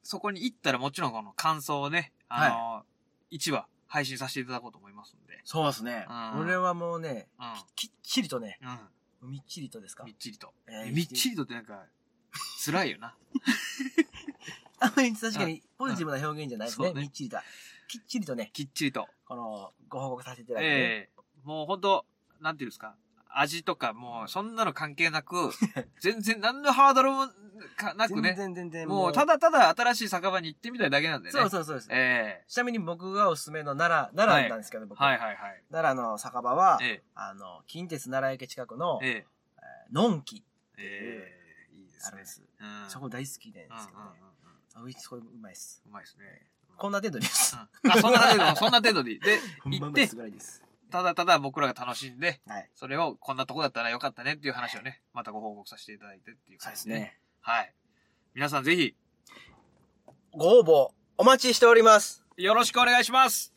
[SPEAKER 2] そこに行ったらもちろんこの感想をね、あのー、一話配信させていただこうと思いますんで、
[SPEAKER 1] そうですね
[SPEAKER 2] うん
[SPEAKER 1] 俺はもうね、
[SPEAKER 2] う
[SPEAKER 1] きっちりとね、
[SPEAKER 2] ん。うん。
[SPEAKER 1] みっちりとですか
[SPEAKER 2] みっ。ちりと。
[SPEAKER 1] えー
[SPEAKER 2] みっちりとってなんか、辛いよな。
[SPEAKER 1] あまり確かに、ポジティブな表現じゃないですね。
[SPEAKER 2] そうね
[SPEAKER 1] みっちりと。きっちりとね、
[SPEAKER 2] きっちりと。
[SPEAKER 1] この、ご報告させていただいてね。
[SPEAKER 2] ええもうほんと、なんていうんですか、味とかもう、そんなの関係なく、 全然何のハードルもかなく
[SPEAKER 1] 全
[SPEAKER 2] ね、
[SPEAKER 1] 然全然
[SPEAKER 2] もうただただ新しい酒場に行ってみたいだけなんでね。
[SPEAKER 1] そうそうそうです。
[SPEAKER 2] ええ
[SPEAKER 1] ちなみに僕がおすすめの奈良、奈良なんですけど、僕。
[SPEAKER 2] はいはいはい。
[SPEAKER 1] 奈良の酒場は、
[SPEAKER 2] え
[SPEAKER 1] あの、近鉄奈良駅近くの
[SPEAKER 2] え、え
[SPEAKER 1] えーのんき
[SPEAKER 2] えええいいで
[SPEAKER 1] あ
[SPEAKER 2] す
[SPEAKER 1] るん
[SPEAKER 2] ね
[SPEAKER 1] で。す。
[SPEAKER 2] うん
[SPEAKER 1] そこ大好きなんですけどね。
[SPEAKER 2] うんうんうんうん
[SPEAKER 1] あ、ウイスコうまいっす。
[SPEAKER 2] うまいですね。
[SPEAKER 1] こんな程度 です。
[SPEAKER 2] うんあ、そんな程度、そんな程度でいい。で、
[SPEAKER 1] ほ
[SPEAKER 2] 行
[SPEAKER 1] ん
[SPEAKER 2] っ
[SPEAKER 1] まうまいってす、ぐらいです。
[SPEAKER 2] ただただ僕らが楽しんで、
[SPEAKER 1] はい。
[SPEAKER 2] それをこんなとこだったらよかったねっていう話をね、またご報告させていただいてっていう
[SPEAKER 1] そう
[SPEAKER 2] 感
[SPEAKER 1] で
[SPEAKER 2] じ
[SPEAKER 1] すね。
[SPEAKER 2] はい。皆さんぜひ、
[SPEAKER 1] ご応募、お待ちしております。
[SPEAKER 2] よろしくお願いします